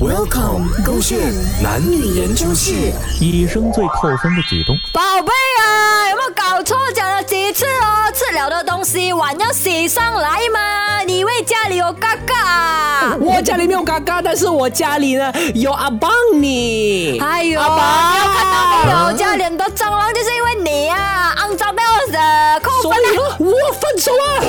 Welcome，勾线男女研究室。医生最扣分的举动。宝贝啊，有没有搞错？讲了几次哦，吃了的东西碗要洗上来嘛。你以为家里有嘎嘎啊？我家里没有嘎嘎，但是我家里呢有阿邦你。哎呦，阿爸你有看到没有？家里很多蟑螂，就是因为你啊，肮脏到死，扣所分以啊！呢，我分手啊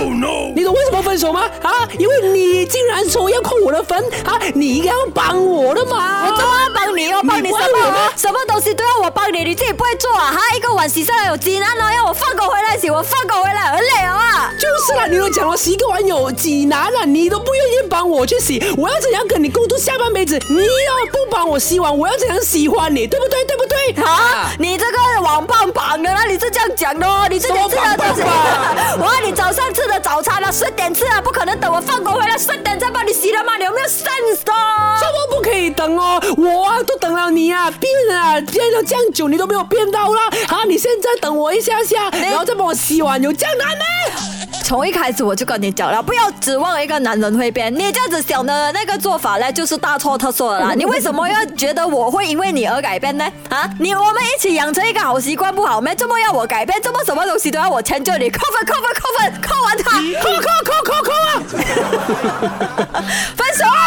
你懂为什么分手吗？啊，因为你竟然说要扣我的分啊，你应该要帮我的嘛。我怎么要帮你哦？帮你什啊你么怪我啊吗？什么东西都要我帮你，你自己不会做啊？哈，一个碗洗上来有几难呢？要我放狗回来洗，我放狗回来很累哦啊！就是啦，你都讲了洗个碗有几难啊，你都不愿意帮我去洗，我要怎样跟你共度下半辈子？你要不帮我洗碗，我要怎样喜欢你？对不对？对不对？啊！你这个网棒棒的啦，你是这样讲的哦？你自己吃的东西什 么棒，啊哇！你早上吃的早餐啊，十点吃啊，不可能等我放工回来十点再帮你洗的嘛？你有没有 sense 的？怎么不可以等哦？我啊都等了你啊，变啊，变了这样久你都没有变到啦！啊，你现在等我一下下，然后再帮我洗碗，有这样难吗？从一开始我就跟你讲了，不要指望一个男人会变。你这样子想的那个做法呢，就是大错特错 了啦。你为什么要觉得我会因为你而改变呢？啊，你我们一起养成一个好习惯不好吗？这么要我改变，这么什么东西都要我迁就你，扣分扣分扣分，扣完他，扣扣扣扣扣啊！ 分手啊！